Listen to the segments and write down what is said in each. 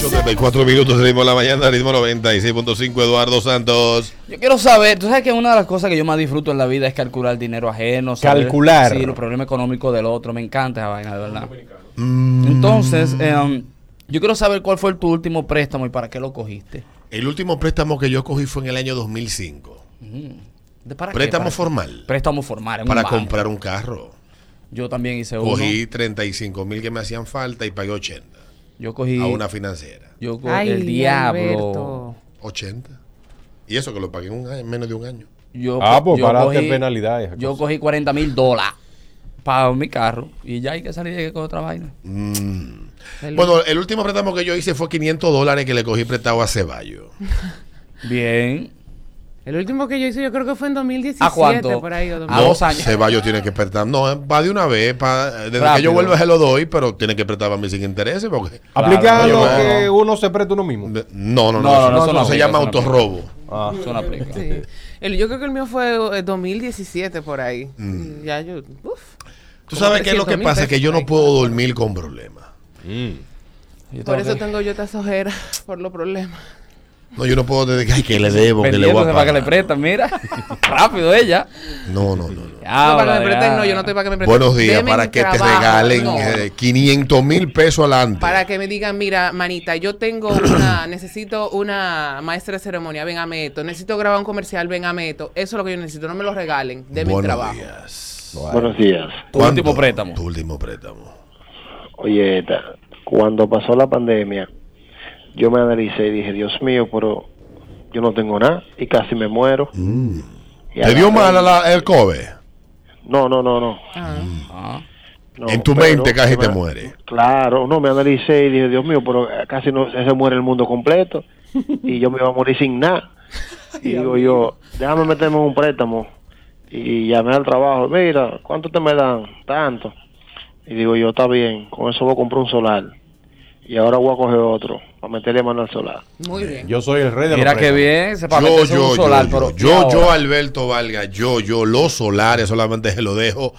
44 minutos, ritmo de la mañana, ritmo 96.5, Eduardo Santos. Yo quiero saber, tú sabes que una de las cosas que yo más disfruto en la vida es calcular dinero ajeno. saber- Calcular. sí, los problemas económicos del otro. Me encanta esa vaina, de verdad. Mm. Entonces, em, yo quiero saber cuál fue tu último préstamo y para qué lo cogiste. El último préstamo que yo cogí fue en el año 2005. ¿De para qué? Préstamo ¿Para qué? formal Préstamo formal. en un para banco. comprar un carro. Yo también hice uno. Cogí 35 mil que me hacían falta y pagué 80 Yo cogí. a una financiera. Yo cogí Ay, el diablo. Alberto. 80. Y eso que lo pagué en un año, en menos de un año. Yo, Ah, co- pues yo paraste cogí- penalidades. esas Yo cosas. cogí 40 mil dólares para mi carro y ya hay que salir de otra vaina. Mm. El- Bueno, el último préstamo que yo hice fue 500 dólares que le cogí prestado a Ceballo. Bien. El último que yo hice, yo creo que fue en 2017. ¿A cuánto? Por ahí, o A No, dos años. Ceballos tiene que prestar. No, va de una vez. pa- desde que Rápido. yo vuelva se lo doy, pero tiene que prestar para mí sin intereses. Porque, Aplica Claro, lo bueno. que uno se presta uno mismo. no, no, no. No, no, eso no, no, eso no se aplica, llama eso no aplica. autorrobo. Ah. Eso no aplica. Sí. El, yo creo que el mío fue eh, 2017 por ahí. Mm. Ya yo. Uf. Tú Como sabes qué es lo que 300.000 pasa, es que yo pesos no por ahí. puedo dormir con problemas. Mm. Yo Por tengo eso que- tengo yo estas ojeras, por los problemas. No, yo no puedo decir, ay, que le debo, que le voy Vendiéndose a para que le pagar. prestan, mira. Rápido ella. No, no, no. no. no, para Ahora, que me presten, ya. no, yo no estoy para que me presten. Buenos días, Deme para mi que te trabajo, regalen eh. no. 500 mil pesos adelante. Para que me digan, mira, manita, yo tengo una, necesito una maestra de ceremonia, véngame esto. Necesito grabar un comercial, véngame esto. Eso es lo que yo necesito, no me lo regalen, de mi Buenos trabajo. días. Buenos días. Tu ¿Cuánto? último préstamo. Tu último préstamo. Oye, Eta, cuando pasó la pandemia, yo me analicé y dije, Dios mío, pero yo no tengo nada y casi me muero. Y Mm. ¿Te dio agarré- mal a la- el COVID? No, no, no, no. Ah. Ah. no, En tu pero mente casi yo me- te mueres. Claro, no, me analicé y dije, Dios mío, pero eh, casi no se muere el mundo completo y yo me iba a morir sin nada. Y digo yo, déjame meterme en un préstamo. Y llamé al trabajo, mira, ¿cuánto te me dan? Tanto. Y digo yo, está bien, con eso voy a comprar un solar. Y ahora voy a coger otro, para meterle mano al solar. Muy bien. Yo soy el rey de los Mira qué préstamos. bien. Se para yo, meterse en yo, un solar, yo, pero yo, yo, ¿y yo, ahora? Alberto Valga, yo, yo, los solares solamente se lo dejo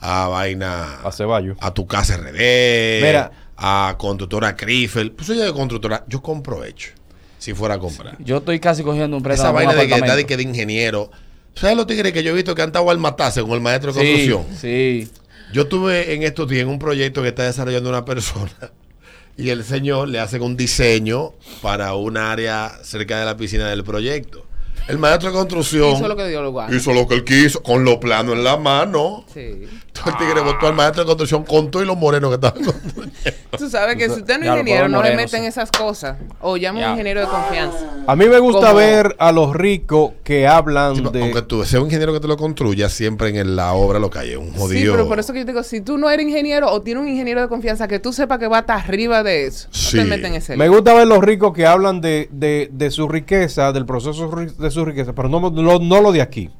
a vaina, A Ceballos. a tu casa RD, Mira. a constructora Crifel. Pues soy de constructora, yo compro hecho, si fuera a comprar. Yo estoy casi cogiendo un préstamo. Esa para un vaina de que está de, apartamento. que de ingeniero. ¿Sabes los tigres que yo he visto que han estado al matarse con el maestro de construcción? Sí, sí. Yo tuve en estos días un proyecto que está desarrollando una persona y el señor le hacen un diseño para un área cerca de la piscina del proyecto. El maestro de construcción Hizo lo que dio lugar. hizo lo que él quiso, con los planos en la mano. Sí. Todo el Ah. tigre votó al maestro de construcción con todo y los morenos que estaban construyendo. Tú sabes que si usted no es Ya, los ingeniero, pueblos no le morenos, meten sí. esas cosas. O llama a Ya. un ingeniero de confianza. Ah. A mí me gusta Como- ver a los ricos que hablan Sí, pero de. Aunque tú seas un ingeniero que te lo construya, siempre en el- la obra lo cae un jodido. Sí, pero por eso que yo te digo, si tú no eres ingeniero o tienes un ingeniero de confianza que tú sepas que va hasta arriba de eso, Sí. no te meten ese. Me gusta ver los ricos que hablan de, de- de su riqueza, del proceso ri- de su riqueza, pero no lo, no lo de aquí.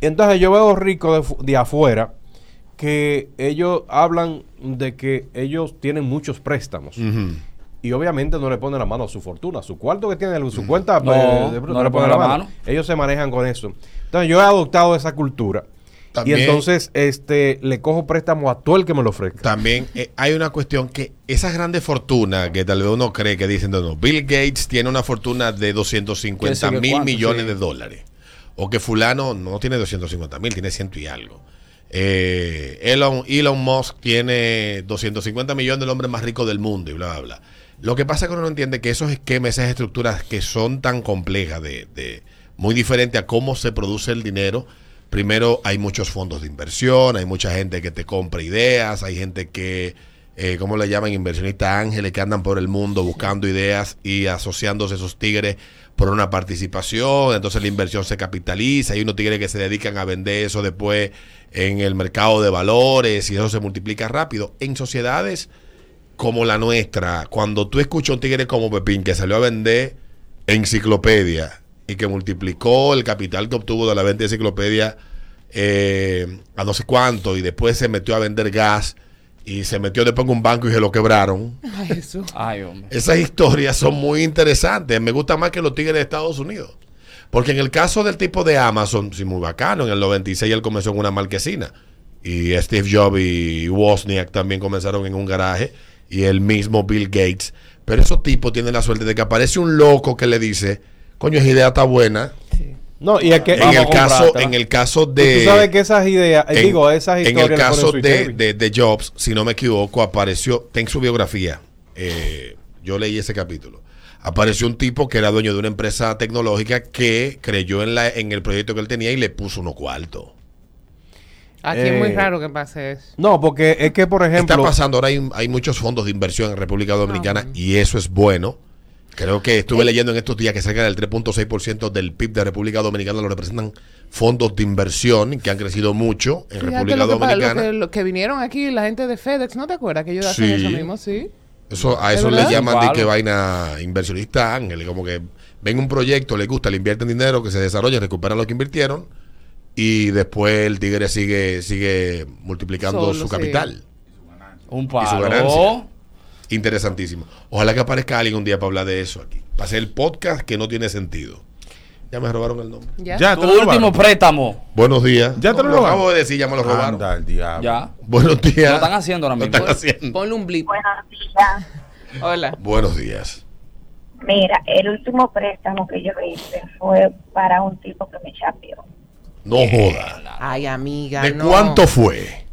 Entonces yo veo ricos de, fu- de afuera que ellos hablan de que ellos tienen muchos préstamos. Ujú. Y obviamente no le ponen la mano a su fortuna, su cuarto que tiene, su cuenta Mm. No, eh, no le ponen la mano. Ellos se manejan con eso. Entonces yo he adoptado esa cultura. También- Y entonces este le cojo préstamo a todo el que me lo ofrezca. También eh, hay una cuestión que esas grandes fortunas que tal vez uno cree que dicen, no, no, Bill Gates tiene una fortuna de 250 ¿Quién sabe mil cuánto? millones Sí. de dólares. O que fulano no tiene 250 mil, tiene ciento y algo. Eh, Elon, Elon Musk tiene 250 millones del hombre más rico del mundo y bla, bla, bla. Lo que pasa es que uno no entiende que esos esquemas, esas estructuras que son tan complejas, de, de- muy diferente a cómo se produce el dinero, primero hay muchos fondos de inversión, hay mucha gente que te compra ideas, hay gente que, eh, ¿cómo le llaman? Inversionistas ángeles que andan por el mundo buscando ideas y asociándose esos tigres por una participación, entonces la inversión se capitaliza, hay unos tigres que se dedican a vender eso después en el mercado de valores y eso se multiplica rápido. En sociedades como la nuestra, cuando tú escuchas a un tigre como Pepín que salió a vender enciclopedia y que multiplicó el capital que obtuvo de la venta de enciclopedia eh, a no sé cuánto y después se metió a vender gas y se metió después en un banco y se lo quebraron. Ay, Jesús. Ay, hombre. Esas historias son muy interesantes. Me gusta más que los tigres de Estados Unidos. Porque en el caso del tipo de Amazon, sí, muy bacano, en el 96 él comenzó en una marquesina. Y Steve Jobs y Wozniak también comenzaron en un garaje. Y el mismo Bill Gates. Pero esos tipos tienen la suerte de que aparece un loco que le dice, coño, esa idea está buena. No, y es que. En el, Vamos a caso, comprártela. en el caso Pues de... Tú sabes que esas ideas, eh, en- digo, esas en historias. el las ponen caso Sweet de, Henry. de, de Jobs, si no me equivoco, apareció, en su biografía, eh, yo leí ese capítulo, apareció un tipo que era dueño de una empresa tecnológica que creyó en, la, en el proyecto que él tenía y le puso unos cuartos. Aquí es muy Eh, raro que pase eso. No, porque es que, por Está ejemplo. pasando, ahora hay, hay muchos fondos de inversión en República Dominicana Ah. y eso es bueno. Creo que estuve leyendo en estos días que cerca del 3.6% del PIB de República Dominicana lo representan fondos de inversión que han crecido mucho en Fíjate República lo que, pa- lo Dominicana. que- lo que vinieron aquí la gente de FedEx, ¿no te acuerdas que ellos hacen Sí. eso mismo? Sí. Eso, a ¿Es eso le verdad? llaman de Igual. que vaina inversionista ángel, como que ven un proyecto, le gusta, le invierten dinero, que se desarrolle, recuperan lo que invirtieron y después el tigre sigue sigue multiplicando Solo, su sí. capital. Un ganancia. palo. Interesantísimo. Ojalá que aparezca alguien un día para hablar de eso aquí. Para hacer el podcast que no tiene sentido. Ya me robaron el nombre. Ya. Tu Ya te lo último robaron. préstamo. Buenos días. Ya te lo robaron. acabo de decir, ya me lo robaron. Anda al diablo. Ya. Buenos días. Lo están haciendo ahora Lo mismo. están haciendo. Ponle un blip. Buenos días. Hola. Buenos días. Mira, el último préstamo que yo hice fue para un tipo que me chapeó. No joda. Ay, amiga. ¿De no. cuánto fue?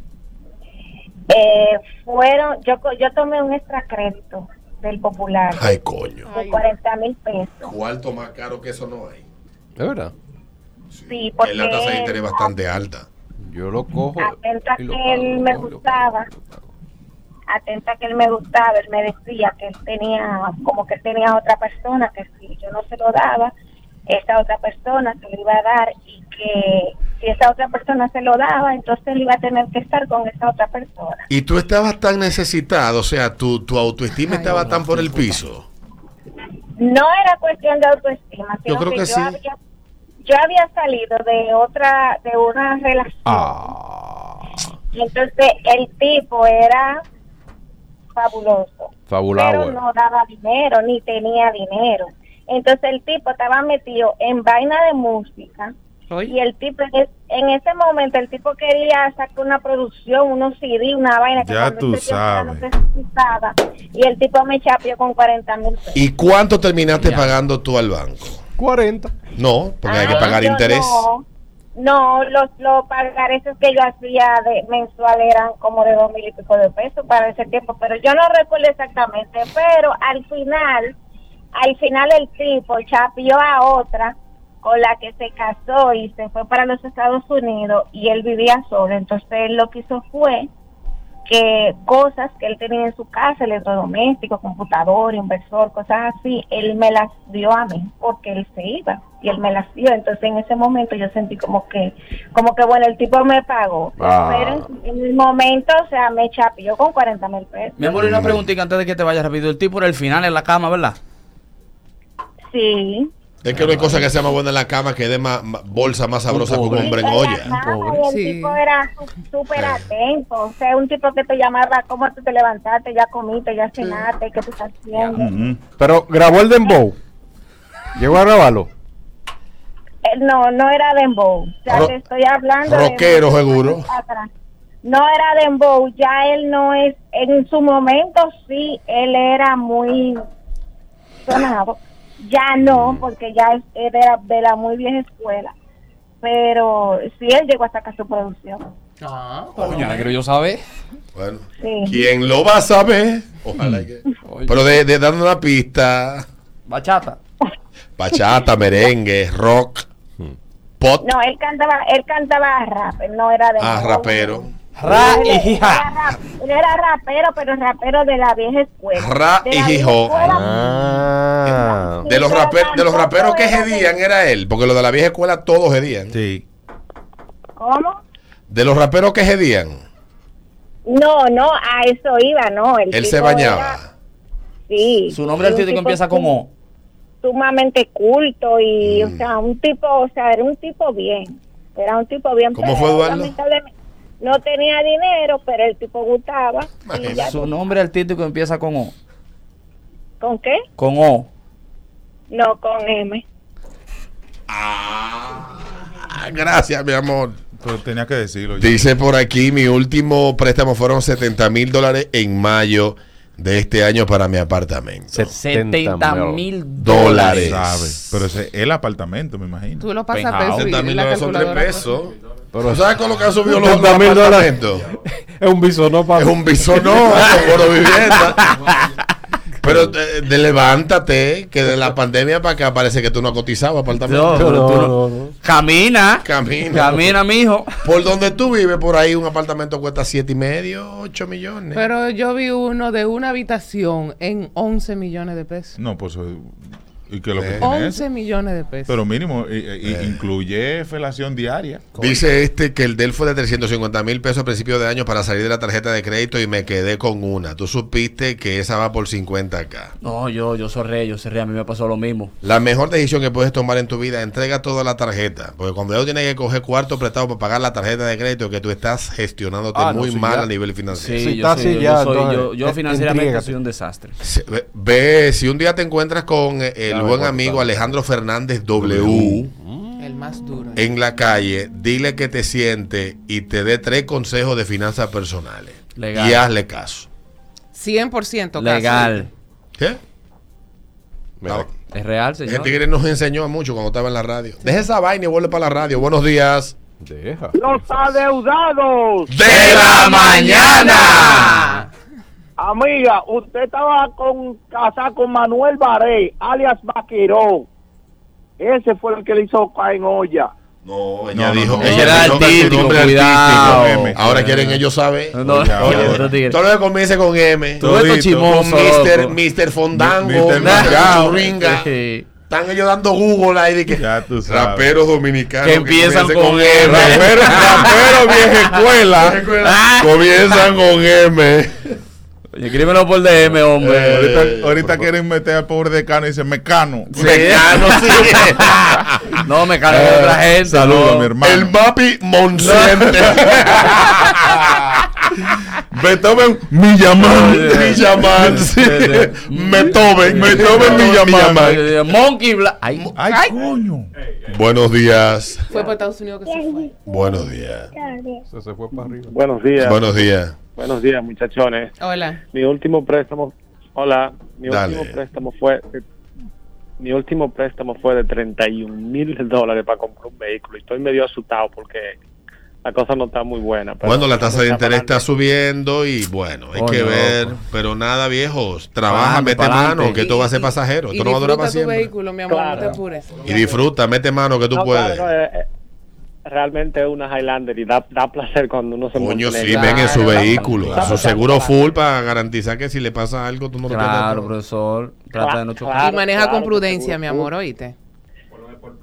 Eh, fueron, yo, co- yo tomé un extra crédito del popular Ay, coño. de 40 mil pesos. Cuarto más caro que eso no hay. Es verdad. Sí, porque la tasa de interés es bastante alta. Yo lo cojo. Atenta y lo que pago, él lo me pago, lo gustaba. pago, lo pago. atenta que él me gustaba, él me decía que él tenía, como que tenía otra persona, que si yo no se lo daba, esa otra persona se lo iba a dar y que si esa otra persona se lo daba, entonces él iba a tener que estar con esa otra persona. Y tú estabas tan necesitado, o sea, tu, tu autoestima estaba tan por el piso. No era cuestión de autoestima, sino Yo creo que sí. había, yo había salido de otra, de una relación. Ah, Y entonces el tipo era fabuloso. fabulado. eh. pero no daba dinero, ni tenía dinero. Entonces el tipo estaba metido en vaina de música y el tipo, en es- en ese momento, el tipo quería sacar una producción, unos CD, una vaina. Ya cuando tú ese tiempo era lo sabes. que se usaba. y el tipo me chapió con 40 mil pesos. ¿Y cuánto terminaste pagando tú al banco? 40. No, porque hay que Ah, pagar yo interés. No, no, los, los pagares que yo hacía de mensual eran como de dos mil y pico de pesos para ese tiempo, pero yo no recuerdo exactamente, pero al final, al final el tipo chapió a otra con la que se casó y se fue para los Estados Unidos y él vivía solo, entonces él lo que hizo fue que cosas que él tenía en su casa, electrodomésticos, computador, inversor, cosas así, él me las dio a mí porque él se iba y él me las dio. Entonces en ese momento yo sentí como que, como que bueno, el tipo me pagó. Ah. Pero en- en el momento, o sea, me chapió con 40 mil pesos. Mi amor, y una preguntita antes de que te vayas rápido. El tipo era el final en la cama, ¿verdad? Sí. Es que no hay cosa que sea más buena en la cama que dé más, más- bolsa más sabrosa que un pobre. hombre en Y olla. la cama, pobre. y el Sí. tipo era su- súper atento. O sea, un tipo que te llamaba, ¿cómo tú te levantaste? ¿Ya comiste? ¿Ya cenaste? ¿Qué tú estás haciendo? Ujú. Pero grabó el Dembow. Llegó a grabarlo. Eh, No, no era Dembow. Ya Ro- te estoy hablando. de- rockero, seguro. Atrás. No era Dembow. Ya él no es. En su momento sí, él era muy sonado. Ya Mm. no, porque ya es, él era de la muy vieja escuela. Pero sí, él llegó a sacar su producción. Ah, Coño, negro, yo sabe. Bueno, Sí. ¿quién lo va a saber? Ojalá que... Pero de, de dando una pista, Bachata. bachata, merengue, rock, pop, No, él cantaba, él cantaba rap. Él no era Dembow. ah, rapero. Ra Él y era, jija. rap- él era rapero, pero rapero de la vieja escuela. Ra De y la vieja jijo. escuela, Ah. De los, Pero raper- de los tampoco raperos que era de- gedían era él, porque los de la vieja escuela todos gedían. Sí. ¿Cómo? De los raperos que gedían, No, no, a eso iba, no. El él tipo se era- bañaba. sí. Su nombre Era un artístico tipo empieza sum- como. Sumamente culto y, Mm. o sea, un tipo, o sea, era un tipo bien. Era un tipo bien. ¿Cómo pero fue, Eduardo? lamentablemente No tenía dinero, pero el tipo gustaba. y ya- Su nombre artístico empieza con O. ¿Con qué? Con O. No, con M. Ah, gracias, mi amor. Pero tenía que decirlo. ya. Dice por aquí, mi último préstamo fueron 70 mil dólares en mayo de este año para mi apartamento. 70 mil Dólares. dólares. Sabe, pero ese es el apartamento, me imagino. Tú lo pasas a Penthouse. peso y 70 mil la dólares son 3 calculadora- pesos. ¿Tú sabes con lo que han subido los 70 mil dólares. apartamentos? Es un bisonó para Es un bisonó, por vivienda. Pero eh, de- levántate, que de la pandemia para acá parece que tú no has cotizado apartamento. No, pero tú no- Camina. Camina. Camina, mijo. Por donde tú vives, por ahí un apartamento cuesta siete y medio, 8 millones. Pero yo vi uno de una habitación en 11 millones de pesos. No, pues. eh, ¿Y qué es lo que Eh. tiene 11 eso? millones de pesos. Pero mínimo, eh, eh, incluye felación diaria. Dice este que el DEL fue de 350 mil pesos a principio de año para salir de la tarjeta de crédito y me quedé con una. Tú supiste que esa va por 50 acá. No, yo, yo sorré, yo sorré. A mí me pasó lo mismo. La mejor decisión que puedes tomar en tu vida, entrega toda la tarjeta. Porque cuando yo tienes que coger cuarto prestado para pagar la tarjeta de crédito, que tú estás gestionándote Ah, no, muy sí, mal ya. a nivel financiero. Sí, Si yo, estás sí, así yo, ya, soy- entonces, yo- yo en- financieramente entrégate. soy un desastre. Se- ve- Ve, si un día te encuentras con eh, el Ya, buen me amigo cortaron. Alejandro Fernández W, el más duro. en la calle, dile que te siente y te dé tres consejos de finanzas personales. Legal. Y hazle caso. 100% casi. Legal. ¿Qué? Mira, No, Es real, ese señor. tigre nos enseñó mucho cuando estaba en la radio. Deja esa vaina y vuelve para la radio. Buenos días. Deja. Los adeudados. ¡De la mañana! Amiga, usted estaba con casada con Manuel Baré, alias Vaqueró. Ese fue el que le hizo caer en olla. No, ella dijo- ella dijo que su nombre artístico, cuidado. M. Ahora Eh. quieren ellos saber. No, no, Oye, Oye, ahora. otro tigre. todo lo que comience con M. Todo Todo esto esto, Con chismoso. Mr. loco. Mr. Fondango, Mr. Mr. Mangao. Ringa. Sí. Están ellos dando Google ahí de que Ya tú sabes. raperos dominicanos Que empiezan comiencen con M. Raperos raperos vieja escuela Ah. comienzan con M. Oye, Escríbelo por DM, Eh, hombre. ahorita ahorita por favor. quieren meter al pobre decano y dicen mecano. Sí. no, me cargo de otra gente. Saludos, no. mi hermano. El Mapi Monsiente. Beethoven Millamán. Millamán, sí. Beethoven, Beethoven Millamán. Eh, Monkey Black. Ay, ah, Ay, coño. Buenos días. Fue para Estados Unidos que se fue. Buenos días. Se, se fue para arriba. Buenos días. Buenos días. Buenos días, muchachones. Hola. Mi último préstamo, hola, mi Dale. último préstamo fue mi último préstamo fue de 31 mil dólares para comprar un vehículo y estoy medio asustado porque la cosa no está muy buena. pero Bueno, la tasa de está interés para está subiendo y bueno, hay que Coño, ver. loco. Pero nada, viejos. Trabaja, Pa'lante, mete pa'lante. mano, que esto va a ser pasajero. Y Esto no va a durar disfruta para tu siempre. vehículo, mi amor, no te Claro. apures. Y disfruta, mete mano que tú No, puedes. claro, eh, eh, realmente es una Highlander y da, da placer cuando uno se Coño, monta en sí, ella. ven eh. en su Claro. vehículo. Claro. Su seguro full para garantizar que si le pasa algo, tú no lo claro, pierdas. profesor. Trata de no chocar. Claro, y maneja claro, con prudencia, seguro. mi amor, oíste.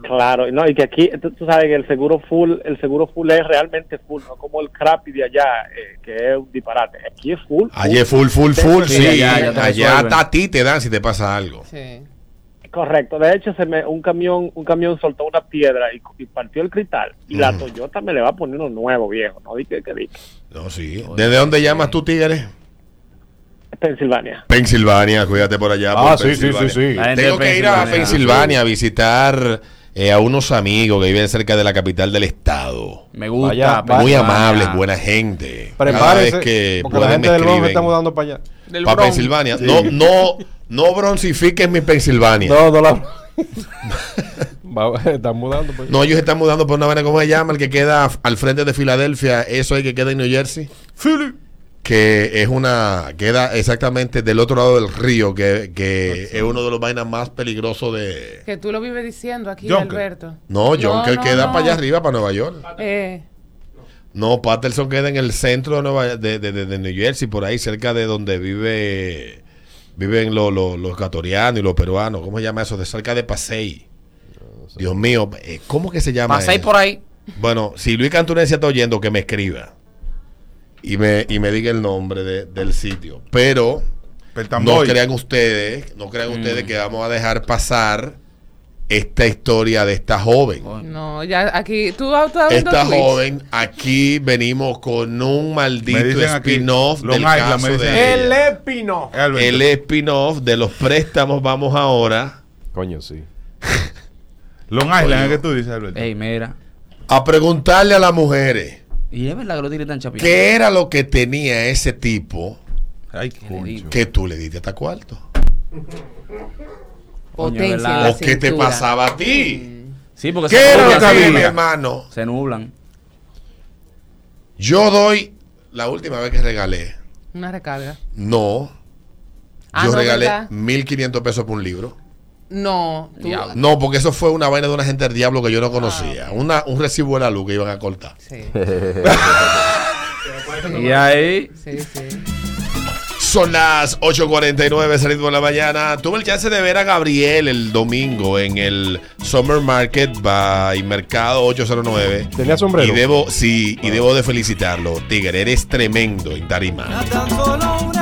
Claro, y no, y que aquí, tú, tú sabes que el seguro full, el seguro full es realmente full, no como el crappy de allá, eh, que es un disparate. Aquí es full. Ayer full, full, full, sí. Sí, allá- allá te Allá resuelven. hasta a ti te dan si te pasa algo. Sí. Correcto, de hecho se me, un camión un camión soltó una piedra y, y partió el cristal y la Ujú. Toyota me le va a poner uno nuevo viejo, no dije que dije. No, sí. ¿Desde dónde llamas tú, Tigres? Pensilvania. Pensilvania, cuídate por allá. Ah, por Pues, sí, sí, sí, Pensilvania. sí. La gente Tengo de que ir a Pensilvania. Pensilvania a visitar eh, a unos amigos que viven cerca de la capital del estado. Me gusta. Vaya, vaya. Muy Pensilvania. amables, buena gente. Cada vez Prepárese. que porque la pueden, gente me del Bronx escriben. estamos dando para allá. Del Pa' Bronx. Pensilvania. No, no, no broncifiques mi Pensilvania. No. No, no la. Va- están mudando. Pues. ellos están mudando por una vaina, ¿cómo se llama? El que queda al frente de Filadelfia, eso ahí que queda en New Jersey. Que es una, queda exactamente del otro lado del río, que, que es uno de los vainas más peligrosos de... Que tú lo vives diciendo aquí, Junker. Alberto. No, John, que no, queda no. para allá arriba, para Nueva York. Eh, No, Patterson queda en el centro de, Nueva, de, de- de- de New Jersey, por ahí cerca de donde vive viven los, los, los ecuatorianos y los peruanos. ¿Cómo se llama eso? De cerca de Pasey. Dios mío, eh, ¿cómo que se llama Pasáis eso? por ahí. Bueno, si Luis Canturencia está oyendo, que me escriba y me, y me diga el nombre de- del sitio. Pero no Pertamboy. crean ustedes, no Mm. crean ustedes que vamos a dejar pasar esta historia de esta joven. no, ya aquí. Tú, tú estás viendo Esta Twitch. joven, aquí venimos con un Me maldito dicen aquí, spin-off Long del Island, caso me dicen de aquí. ella. Épino. Alberto. El spin-off de los préstamos. Vamos ahora Coño, sí. Long Island, ¿es que tú dices, Alberto? Ey, mira. a preguntarle a las mujeres Y es verdad que lo tigres tan chapitos. qué era lo que tenía ese tipo Ay, digo. concho. que tú le diste hasta cuarto. Potencia. en ¿verdad? la ¿O qué te cintura. pasaba a ti? Sí, porque ¿Qué era lo que nublan, había, se mi nublan. hermano? Se nublan. Yo doy la última vez que regalé. Una recarga. No. Ah, yo no, regalé ¿verdad? 1.500 pesos por un libro. No, tú- Diablo. No, porque eso fue una vaina de una gente del diablo que yo no conocía. Ah. Una, un recibo de la luz que iban a cortar. Sí, Y ahí. sí, sí. Son las 8.49, salido de la mañana. Tuve el chance de ver a Gabriel el domingo en el Summer Market by Mercado 809. Tenía sombrero. Y debo, sí, y debo de felicitarlo. Tigre, eres tremendo en tarima. tan solo una